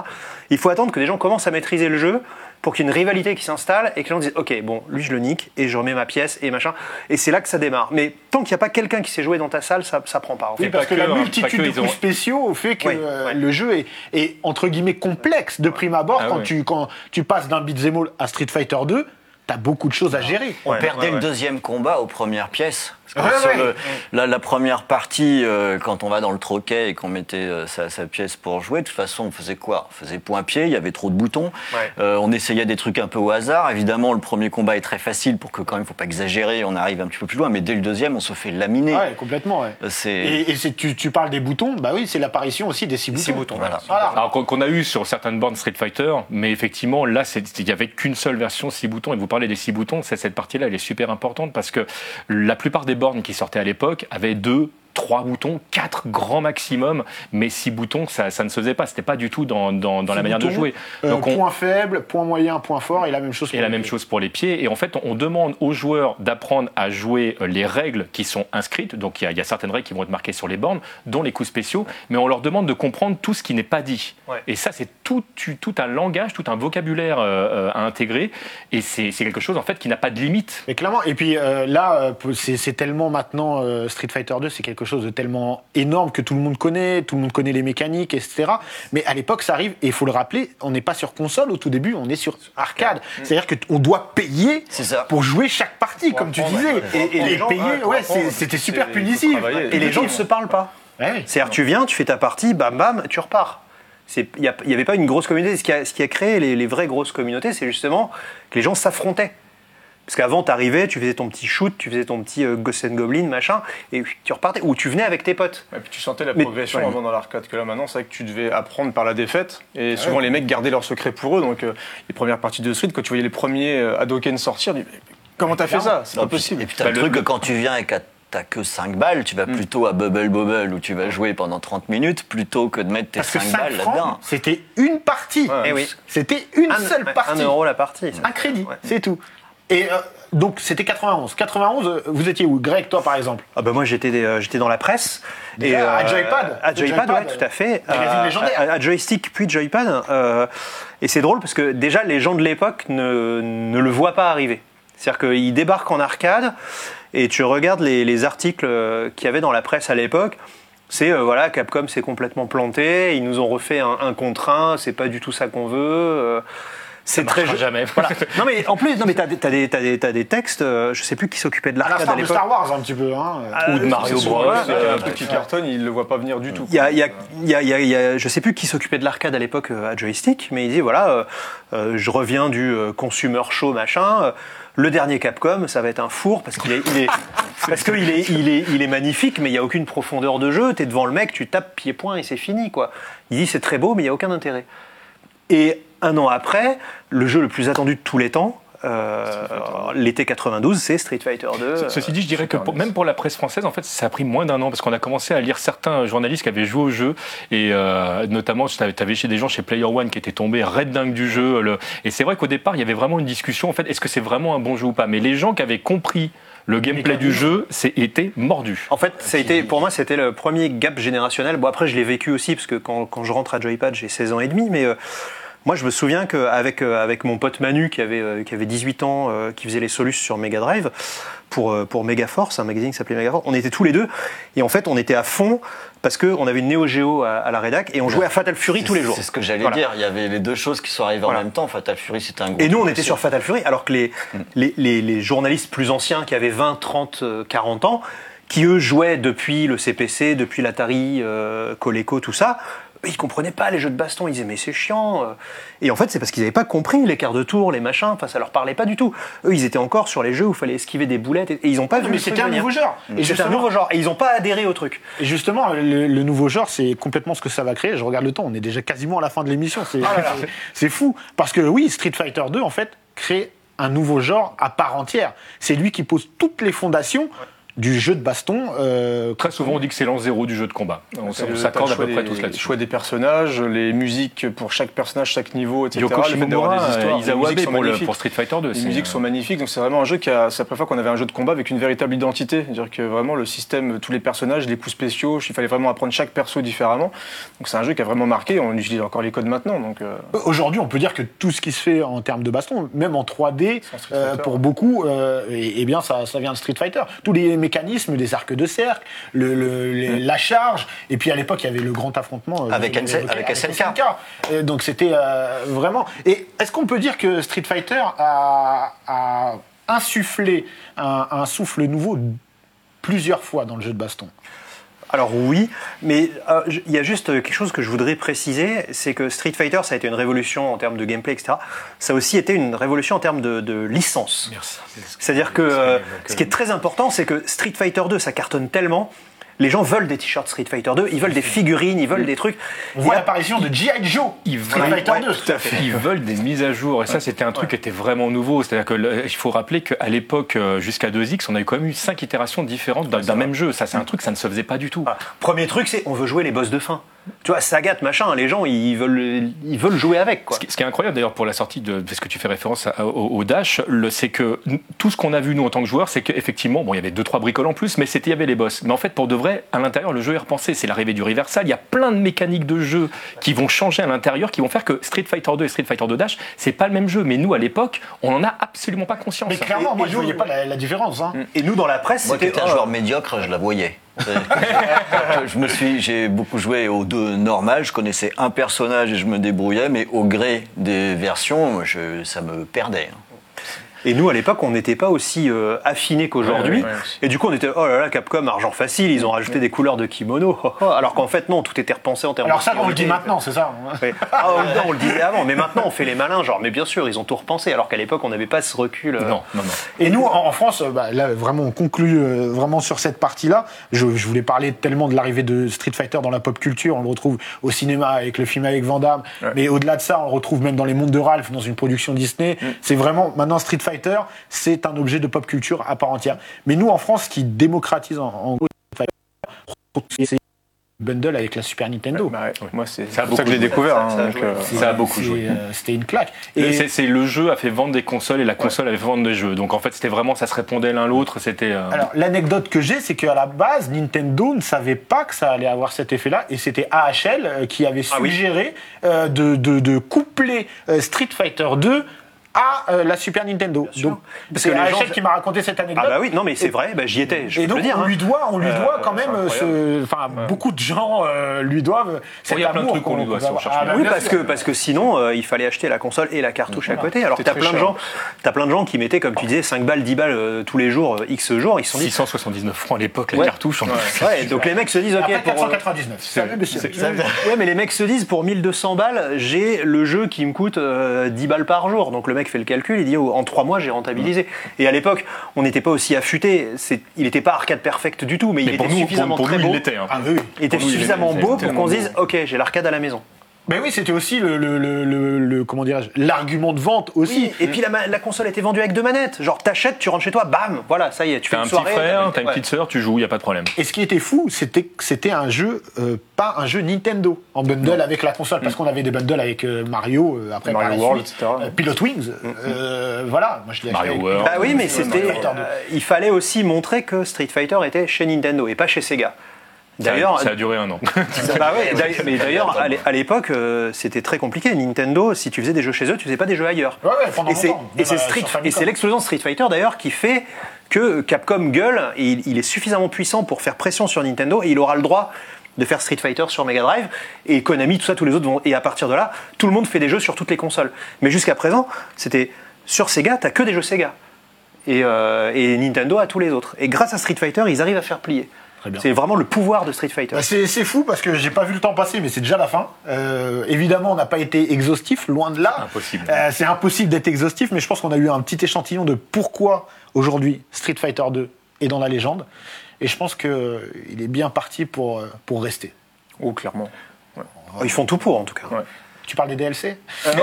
Speaker 3: Il faut attendre que les gens commencent à maîtriser le jeu pour qu'il y ait une rivalité qui s'installe et que les gens disent ok bon lui je le nique et je remets ma pièce et machin et c'est là que ça démarre. Mais tant qu'il n'y a pas quelqu'un qui sait jouer dans ta salle, ça, ça prend pas. En fait.
Speaker 1: Oui,
Speaker 2: Et
Speaker 1: parce
Speaker 2: pas
Speaker 1: que,
Speaker 2: que,
Speaker 1: la
Speaker 2: hein, pas
Speaker 1: multitude
Speaker 2: que,
Speaker 1: de
Speaker 2: ils
Speaker 1: coups
Speaker 2: ont-
Speaker 1: spéciaux fait que
Speaker 3: Oui,
Speaker 1: euh,
Speaker 3: ouais.
Speaker 1: le jeu est, est, entre guillemets complexe de prime abord.
Speaker 2: Ah
Speaker 1: quand,
Speaker 2: ouais.
Speaker 1: tu, quand tu passes d'un beat'em all à Street Fighter 2, t'as beaucoup de choses à gérer.
Speaker 5: On
Speaker 3: Ouais,
Speaker 5: perdait
Speaker 2: ouais, ouais.
Speaker 5: le deuxième combat aux premières pièces. Parce que
Speaker 1: Ouais,
Speaker 5: sur
Speaker 1: ouais.
Speaker 5: le- la, la première partie, euh, quand on va dans le troquet et qu'on mettait euh, sa, sa pièce pour jouer, de toute façon, on faisait quoi On faisait point-pied, il y avait trop de boutons.
Speaker 3: Ouais.
Speaker 5: Euh, on essayait des trucs un peu au hasard. Évidemment, le premier combat est très facile pour que, quand même, faut pas exagérer, on arrive un petit peu plus loin. Mais dès le deuxième, on se fait laminer.
Speaker 1: Ouais, complètement. ouais.
Speaker 5: Euh, C'est.
Speaker 1: Et, et c'est- tu, tu parles des boutons, bah oui, c'est l'apparition aussi des six boutons.
Speaker 3: boutons,
Speaker 1: Voilà.
Speaker 5: voilà.
Speaker 1: Voilà.
Speaker 2: Alors qu'on qu'on a eu sur certaines bornes Street Fighter, mais effectivement là c'est- il n'y avait qu'une seule version 6 boutons. Et vous parlez des 6 boutons, c'est- cette partie-là elle est super importante parce que la plupart des bornes qui sortaient à l'époque avaient deux. Trois boutons, quatre grands maximum, mais six boutons, ça, ça ne se faisait pas. C'était pas du tout dans, dans- dans la
Speaker 1: Six
Speaker 2: manière de
Speaker 1: boutons,
Speaker 2: jouer.
Speaker 1: Euh,
Speaker 2: Donc on-
Speaker 1: Point faible, point moyen, point fort, et la même chose.
Speaker 2: et
Speaker 1: pour
Speaker 2: la
Speaker 1: le
Speaker 2: même
Speaker 1: pied.
Speaker 2: chose pour les pieds. Et en fait, on demande aux joueurs d'apprendre à jouer euh, les règles qui sont inscrites. Donc, il y, a- il y a certaines règles qui vont être marquées sur les bornes, dont les coups spéciaux. Mais on leur demande de comprendre tout ce qui n'est pas dit.
Speaker 3: Ouais.
Speaker 2: Et ça, c'est tout, tu- tout un langage, tout un vocabulaire euh, euh, à intégrer. Et c'est c'est quelque chose, en fait, qui n'a pas de limite.
Speaker 1: Mais clairement, et puis euh, là, euh, pour- c'est c'est tellement maintenant euh, Street Fighter 2, c'est quelque chose de tellement énorme que tout le monde connaît, tout le monde connaît les mécaniques, etc. Mais à l'époque, ça arrive, et il faut le rappeler, on n'est pas sur console au tout début, on est sur arcade. C'est-à-dire que t- on doit payer
Speaker 5: C'est ça.
Speaker 1: pour jouer chaque partie, comme tu
Speaker 4: apprendre,
Speaker 1: disais.
Speaker 4: ouais,
Speaker 1: Et,
Speaker 4: ouais,
Speaker 1: et
Speaker 4: pour
Speaker 1: les
Speaker 3: apprendre,
Speaker 1: payer,
Speaker 3: ouais, pour
Speaker 1: ouais,
Speaker 3: apprendre.
Speaker 1: c'est- c'était super
Speaker 4: C'est-
Speaker 1: punitif.
Speaker 4: il faut travailler.
Speaker 3: Et les gens ne se parlent pas.
Speaker 1: Ouais, ouais.
Speaker 3: C'est-à-dire, tu viens, tu fais ta partie, bam bam, tu repars. Il n'y avait pas une grosse communauté. Ce qui a, ce qui a créé les, les vraies grosses communautés, c'est justement que les gens s'affrontaient. Parce qu'avant, t'arrivais, tu faisais ton petit shoot, tu faisais ton petit euh, Ghost and Goblin, machin, et tu repartais. Ou tu venais avec tes potes.
Speaker 4: Et puis tu sentais la
Speaker 3: Mais-
Speaker 4: progression
Speaker 3: ouais.
Speaker 4: avant dans l'arcade que là maintenant c'est vrai que tu devais apprendre par la défaite
Speaker 2: Ah
Speaker 4: et souvent les mecs gardaient leurs secrets pour eux donc euh, les premières parties de Street quand tu voyais les premiers euh, Hadoken sortir tu dis, mais comment t'as fait ça c'est
Speaker 5: Non,
Speaker 4: pas
Speaker 5: puis-
Speaker 4: possible
Speaker 5: Et puis, t'as
Speaker 2: Bah,
Speaker 5: le
Speaker 2: le-
Speaker 5: truc que quand tu viens et que t'as que 5 balles, tu vas plutôt à Bubble Bobble où tu vas jouer pendant 30 minutes plutôt que de mettre tes
Speaker 1: Parce que
Speaker 5: 5
Speaker 1: 5
Speaker 5: balles là-dedans.
Speaker 1: francs, c'était une partie.
Speaker 3: Eh oui.
Speaker 1: C'était une
Speaker 3: Un-
Speaker 1: seule
Speaker 3: ouais,
Speaker 1: partie.
Speaker 3: Un euro la partie. ça.
Speaker 1: Un crédit,
Speaker 3: Ouais.
Speaker 1: c'est tout. Et euh, donc c'était 91. 91, euh, vous étiez où Greg, toi par exemple
Speaker 3: Ah bah moi j'étais des- euh, j'étais dans la presse euh,
Speaker 1: Déjà, à Joypad.
Speaker 3: à Joypad,
Speaker 1: Joypad,
Speaker 3: ouais, tout à fait
Speaker 1: magazine
Speaker 3: Euh,
Speaker 1: légendaire.
Speaker 3: à, à joystick puis Joypad euh, et c'est drôle parce que déjà les gens de l'époque ne, ne le voient pas arriver c'est-à-dire qu'ils débarquent en arcade et tu regardes les, les articles euh, qu'il y avait dans la presse à l'époque c'est euh, voilà Capcom s'est complètement planté ils nous ont refait un, un contre un c'est pas du tout ça qu'on veut euh, C'est
Speaker 2: marchera
Speaker 3: très joli.
Speaker 2: jamais.
Speaker 3: Voilà. Non mais en plus, non mais t'as des, t'as des, t'as des, t'as des textes. euh, je sais plus qui s'occupait de
Speaker 1: À la
Speaker 3: l'arcade Ah, bah, à
Speaker 1: Star, de
Speaker 3: l'époque. Euh,
Speaker 1: Star Wars, un petit peu. Hein.
Speaker 2: Ou de Mario Bros.
Speaker 4: Ouais, c'est
Speaker 2: euh, Mm.
Speaker 4: un truc qui cartonne, il le voit pas venir du tout.
Speaker 3: Il y a, il y a- il y a- il y a- il y a- je sais plus qui s'occupait de l'arcade à l'époque euh, à joystick, mais il dit voilà, euh, euh, je reviens du euh, consumer show machin. euh, le dernier Capcom, ça va être un four parce qu'il est, il est- parce que il est, il est, il est magnifique, mais il y a aucune profondeur de jeu. T'es devant le mec, tu tapes pied point et c'est fini quoi. Il dit c'est très beau, mais il y a aucun intérêt. Et un an après, le jeu le plus attendu de tous les temps. euh, L'été 92, c'est Street Fighter 2.
Speaker 4: Euh,
Speaker 2: Ce- Ceci dit, je dirais que pour- même pour la presse française, en fait, ça a pris moins d'un an parce qu'on a commencé à lire certains journalistes qui avaient joué au jeu et euh, notamment, tu avais chez des gens chez Player One qui étaient tombés red dingue du jeu. le- et c'est vrai qu'au départ, il y avait vraiment une discussion en fait, est-ce que c'est vraiment un bon jeu ou pas Mais les gens qui avaient compris le gameplay du jeu, c'est été mordu.
Speaker 3: En fait, ça a été, pour moi, c'était le premier gap générationnel. Bon, après, je l'ai vécu aussi, parce que quand, quand je rentre à Joypad, j'ai 16 ans et demi, mais euh, moi, je me souviens qu'avec euh, avec mon pote Manu, qui avait, euh, qui avait 18 ans, euh, qui faisait les solus sur Mega Drive, pour, euh, pour Megaforce, un magazine qui s'appelait Megaforce, on était tous les deux, et en fait, on était à fond, parce qu'on avait une Neo Geo à, à la rédac, et on jouait à Fatal Fury tous les jours.
Speaker 5: C'est ce que j'allais
Speaker 3: Voilà.
Speaker 5: dire. Il y avait les deux choses qui sont arrivées
Speaker 3: Voilà.
Speaker 5: en même temps. Fatal Fury, c'était un gros.
Speaker 3: Et nous, on
Speaker 5: truc
Speaker 3: était
Speaker 5: aussi.
Speaker 3: sur Fatal Fury, alors que les,
Speaker 1: Mm.
Speaker 3: les, les- les journalistes plus anciens qui avaient 20, 30, euh, 40 ans, qui eux jouaient depuis le CPC, depuis l'Atari, euh, Coleco, tout ça, eux, ils comprenaient pas les jeux de baston, ils disaient mais c'est chiant. euh. Et en fait, c'est parce qu'ils n'avaient pas compris les quarts de tour, les machins, enfin ça leur parlait pas du tout. Eux, ils étaient encore sur les jeux où il fallait esquiver des boulettes et, et ils ont pas vu.
Speaker 1: Ah, mais
Speaker 3: le truc
Speaker 1: c'était un
Speaker 3: venir.
Speaker 1: nouveau genre. Et
Speaker 3: Et c'était Mm. un
Speaker 1: justement-
Speaker 3: nouveau genre, et ils ont pas adhéré au truc.
Speaker 1: Et justement, le, le nouveau genre, c'est complètement ce que ça va créer. Je regarde le temps, on est déjà quasiment à la fin de l'émission. C'est
Speaker 3: Ah,
Speaker 1: c'est- c'est fou. Parce que oui, Street Fighter 2, en fait, crée un nouveau genre à part entière. C'est lui qui pose toutes les fondations du jeu de baston. euh,
Speaker 2: Très souvent, on dit que c'est l'an zéro du jeu de combat. On, s- on
Speaker 4: Le-
Speaker 2: s'accorde
Speaker 4: t'as
Speaker 2: à
Speaker 4: le
Speaker 2: peu
Speaker 4: choix
Speaker 2: près
Speaker 4: des-
Speaker 2: tous
Speaker 4: Le
Speaker 2: là-dessus.
Speaker 4: choix des personnages, les musiques pour chaque personnage, chaque niveau, etc.
Speaker 2: Yoko
Speaker 4: le fait d'avoir
Speaker 2: Shimomura,
Speaker 4: des histoires,
Speaker 2: euh,
Speaker 4: les musiques
Speaker 2: Izawabe
Speaker 4: sont
Speaker 2: pour, le-
Speaker 4: magnifiques.
Speaker 2: pour Street Fighter 2.
Speaker 4: Les
Speaker 2: c'est,
Speaker 4: musiques
Speaker 2: euh,
Speaker 4: sont magnifiques, donc c'est vraiment un jeu qui a. C'est la première fois qu'on avait un jeu de combat avec une véritable identité. C'est-à-dire que vraiment le système, tous les personnages, les coups spéciaux, il fallait vraiment apprendre chaque perso différemment. Donc c'est un jeu qui a vraiment marqué, on utilise encore les codes maintenant. Donc, euh,
Speaker 1: Aujourd'hui, on peut dire que tout ce qui se fait en termes de baston, même en 3D,
Speaker 4: en Street
Speaker 1: euh,
Speaker 4: Fighter.
Speaker 1: pour beaucoup, euh, eh eh bien, ça, ça vient de Street Fighter. Tous les mécanismes des arcs de cercle, le, le- les- la charge, et puis à l'époque, il y avait le grand affrontement euh,
Speaker 5: Avec
Speaker 1: vous l'avez
Speaker 5: SN-
Speaker 1: évoqué,
Speaker 5: avec SNK.
Speaker 1: Et donc c'était euh, vraiment. Et est-ce qu'on peut dire que Street Fighter a, a insufflé un, un souffle nouveau plusieurs fois dans le jeu de baston
Speaker 3: Alors oui, mais euh, je- il y a juste euh, quelque chose que je voudrais préciser, c'est que Street Fighter, ça a été une révolution en termes de gameplay, etc. Ça a aussi été une révolution en termes de, de licence.
Speaker 2: Merci.
Speaker 3: C'est-à-dire que
Speaker 2: Parce
Speaker 3: euh,
Speaker 2: que-
Speaker 3: ce qui est très important, c'est que Street Fighter 2, ça cartonne tellement. Les gens veulent des t-shirts Street Fighter 2, ils veulent des figurines, ils veulent des trucs.
Speaker 1: On voit
Speaker 3: Et là-
Speaker 1: l'apparition de G.I. Joe,
Speaker 2: Ils
Speaker 1: Street
Speaker 2: veulent-
Speaker 1: Fighter
Speaker 2: ouais,
Speaker 1: 2.
Speaker 2: tout à fait. Ils veulent des mises à jour. Et ça, c'était un truc qui était vraiment nouveau. C'est-à-dire que le- il faut rappeler qu'à l'époque, euh, jusqu'à 2X, on avait quand même eu cinq itérations différentes d'un d'un même jeu. Ça, c'est un truc, ça ne se faisait pas du tout.
Speaker 3: Voilà. Premier truc, c'est on veut jouer les boss de fin. Tu vois, Sagat, machin, les gens, ils veulent, ils veulent jouer avec, quoi.
Speaker 2: Ce qui, ce qui est incroyable d'ailleurs pour la sortie de, parce que tu fais référence à- au, au Dash, le- c'est que n- tout ce qu'on a vu nous en tant que joueurs, c'est qu'effectivement, bon, il y avait deux trois bricoles en plus, mais c'était il y avait les boss. Mais en fait, pour de vrai, à l'intérieur, le jeu est repensé. C'est l'arrivée du reversal. Il y a plein de mécaniques de jeu qui vont changer à l'intérieur, qui vont faire que Street Fighter 2 et Street Fighter 2 Dash, c'est pas le même jeu. Mais nous, à l'époque, on en a absolument pas conscience.
Speaker 1: Mais clairement,
Speaker 3: Et-
Speaker 1: moi
Speaker 3: et
Speaker 1: je
Speaker 3: Joe,
Speaker 1: voyais pas la, la différence. hein.
Speaker 3: Et nous, dans la presse,
Speaker 5: Moi qui
Speaker 3: c'était.
Speaker 5: étais un
Speaker 3: oh,
Speaker 5: joueur médiocre, je la voyais. C'est- je me suis, j'ai beaucoup joué aux deux normales. Je connaissais un personnage et je me débrouillais, mais au gré des versions, je- ça me perdait. hein.
Speaker 3: Et nous, à l'époque, on n'était pas aussi euh, affinés qu'aujourd'hui.
Speaker 4: Ouais, ouais, ouais, aussi.
Speaker 3: et du coup, on était, oh là là, Capcom, argent facile, ils ont rajouté des couleurs de kimono. oh, oh. Alors qu'en fait, non, tout était repensé en termes
Speaker 1: Alors
Speaker 3: de
Speaker 1: ça, on le dit
Speaker 3: priorité.
Speaker 1: maintenant, c'est ça
Speaker 3: Ouais. Ah, oh, non, on le disait avant, mais maintenant, on fait les malins, genre, mais bien sûr, ils ont tout repensé, alors qu'à l'époque, on n'avait pas ce recul. euh.
Speaker 2: Non, non, non.
Speaker 1: Et nous, en en France, euh, bah, là, vraiment, on conclut euh, vraiment sur cette partie-là. Je, je voulais parler tellement de l'arrivée de Street Fighter dans la pop culture. On le retrouve au cinéma avec le film avec Van Damme. Mais au-delà de ça, on le retrouve même dans les mondes de Ralph, dans une production Disney. C'est vraiment, maintenant, Street Fighter, c'est un objet de pop culture à part entière. Mais nous, en France, qui démocratise en, en gros Street Fighter, c'est le bundle avec la Super Nintendo.
Speaker 4: bah ouais, moi c'est
Speaker 2: Ça a
Speaker 4: c'est pour ça que
Speaker 2: beaucoup
Speaker 4: je l'ai
Speaker 2: joué.
Speaker 4: découvert.
Speaker 5: Ça- ça a
Speaker 4: hein, donc,
Speaker 5: joué.
Speaker 4: euh,
Speaker 1: C'est-
Speaker 2: Ça a beaucoup
Speaker 1: c'est,
Speaker 2: joué.
Speaker 1: euh, C'était une claque.
Speaker 2: Et
Speaker 1: Et-
Speaker 2: c'est- c'est le jeu a fait vendre des consoles et la console a fait vendre des jeux. Donc en fait, c'était vraiment ça se répondait l'un l'autre. C'était euh,
Speaker 1: Alors, l'anecdote que j'ai, c'est qu'à la base, Nintendo ne savait pas que ça allait avoir cet effet-là, et c'était AHL euh, qui avait
Speaker 3: Ah oui.
Speaker 1: suggéré euh, de, de- de coupler euh, Street Fighter 2 à euh, la Super Nintendo.
Speaker 3: sûr.
Speaker 1: Donc,
Speaker 3: Parce
Speaker 1: c'est
Speaker 3: que les
Speaker 1: Hachette
Speaker 3: gens-
Speaker 1: qui m'a raconté cette anecdote.
Speaker 3: Ah bah oui, non mais c'est vrai, bah, j'y étais, je
Speaker 1: Et
Speaker 3: peux
Speaker 1: donc,
Speaker 3: le dire.
Speaker 1: on
Speaker 3: hein.
Speaker 1: lui doit, on lui
Speaker 3: Euh,
Speaker 1: doit quand
Speaker 3: c'est
Speaker 1: même ce. Enfin, beaucoup de gens euh, lui doivent. cet
Speaker 2: il y a plein de
Speaker 1: amour
Speaker 2: trucs qu'on lui doit,
Speaker 1: peut
Speaker 2: si on
Speaker 1: avoir.
Speaker 2: cherche
Speaker 1: Ah,
Speaker 2: bien.
Speaker 1: bah,
Speaker 3: Oui,
Speaker 1: bien
Speaker 3: parce
Speaker 1: sûr.
Speaker 3: que, parce que sinon, euh, il fallait acheter la console et la cartouche à côté. Alors, t'as
Speaker 4: très
Speaker 3: plein, de
Speaker 4: cher.
Speaker 3: gens- t'as plein de gens qui mettaient, comme tu disais, 5 balles, 10 balles euh, tous les jours, euh, X jours, ils se sont dit.
Speaker 2: 679 francs à l'époque, la
Speaker 3: Ouais.
Speaker 2: cartouche. en plus.
Speaker 3: Ouais, donc les mecs se disent, ok,
Speaker 1: Après
Speaker 3: pour, euh,
Speaker 1: 499. Ça va, monsieur.
Speaker 3: Ça- Ouais, mais les mecs se disent pour 1200 balles, j'ai le jeu qui me coûte euh, 10 balles par jour. Donc le mec fait le calcul, il dit oh, en 3 mois j'ai rentabilisé. Et à l'époque, on n'était pas aussi affûté. C'est- Il n'était pas arcade perfect du tout, mais, il
Speaker 2: Mais
Speaker 3: était
Speaker 2: pour nous, pour,
Speaker 3: suffisamment
Speaker 2: pour
Speaker 3: très
Speaker 2: nous,
Speaker 3: beau.
Speaker 2: il l'était. hein.
Speaker 1: Ah, oui, oui.
Speaker 3: Il était
Speaker 2: pour nous, il
Speaker 3: suffisamment
Speaker 2: était-
Speaker 3: beau
Speaker 2: c'était
Speaker 3: pour qu'on se dise
Speaker 4: tellement
Speaker 3: ok, j'ai l'arcade à la maison.
Speaker 1: Mais oui, c'était aussi le, le, le, le- le- comment dirais-je, l'argument de vente aussi.
Speaker 3: Oui, et puis la, ma- la console était vendue avec deux manettes. Genre t'achètes, tu rentres chez toi, bam, voilà, ça y est, tu fais
Speaker 2: T'as
Speaker 3: une
Speaker 2: un
Speaker 3: soirée. euh,
Speaker 2: petit frère, t'as une
Speaker 3: ouais.
Speaker 2: petite sœur, tu joues, il n'y a pas de problème.
Speaker 1: Et ce qui était fou, c'était que c'était un jeu, euh, pas un jeu Nintendo en bundle avec la console, parce qu'on avait des bundles avec euh, Mario, euh, après
Speaker 4: Mm. Mario
Speaker 1: par la
Speaker 4: World,
Speaker 1: suite,
Speaker 4: etc. Mm.
Speaker 1: euh, Pilot Wings, euh, voilà. Moi, je l'ai
Speaker 2: Mario
Speaker 1: acheté avec-
Speaker 2: World.
Speaker 3: Bah oui, mais
Speaker 1: Street
Speaker 3: c'était.
Speaker 1: Fighter deux.
Speaker 3: euh, il fallait aussi montrer que Street Fighter était chez Nintendo et pas chez Sega.
Speaker 2: Ça a-
Speaker 3: D'ailleurs,
Speaker 2: ça a duré un an.
Speaker 3: Bah ouais, d'ailleurs- mais d'ailleurs, à l'é- à l'époque, euh, c'était très compliqué. Nintendo, si tu faisais des jeux chez eux, tu faisais pas des jeux ailleurs.
Speaker 1: Ouais, ouais, pendant
Speaker 3: et c'est
Speaker 1: longtemps,
Speaker 3: et c'est
Speaker 1: même, euh,
Speaker 3: Street-
Speaker 1: sur Famicom.
Speaker 3: et c'est l'explosion de Street Fighter d'ailleurs qui fait que Capcom gueule. Et il, il est suffisamment puissant pour faire pression sur Nintendo et il aura le droit de faire Street Fighter sur Mega Drive et Konami, tout ça, tous les autres vont. Et à partir de là, tout le monde fait des jeux sur toutes les consoles. Mais jusqu'à présent, c'était sur Sega, t'as que des jeux Sega. Et, euh, et Nintendo à tous les autres. Et grâce à Street Fighter, ils arrivent à faire plier. C'est vraiment le pouvoir de Street Fighter.
Speaker 1: Bah, c'est c'est fou parce que j'ai pas vu le temps passer, mais c'est déjà la fin. Euh, évidemment, on n'a pas été exhaustif, loin de là.
Speaker 2: Impossible.
Speaker 1: Euh, c'est impossible d'être exhaustif, mais je pense qu'on a eu un petit échantillon de pourquoi aujourd'hui Street Fighter 2 est dans la légende. Et je pense qu'il est bien parti pour, euh, pour rester.
Speaker 4: Oh, clairement.
Speaker 3: Ils font tout pour en tout cas.
Speaker 1: Tu parles des DLC Non, C'est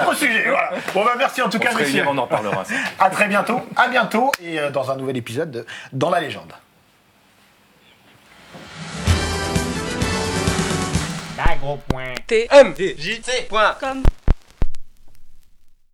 Speaker 1: un autre sujet. voilà. Bon, bah, merci en tout
Speaker 2: On
Speaker 1: cas,
Speaker 2: se
Speaker 1: messieurs.
Speaker 2: réunira, on en reparlera. ça.
Speaker 1: À très bientôt. À bientôt et euh, dans un nouvel épisode de Dans la légende.
Speaker 6: T.M.J.T.com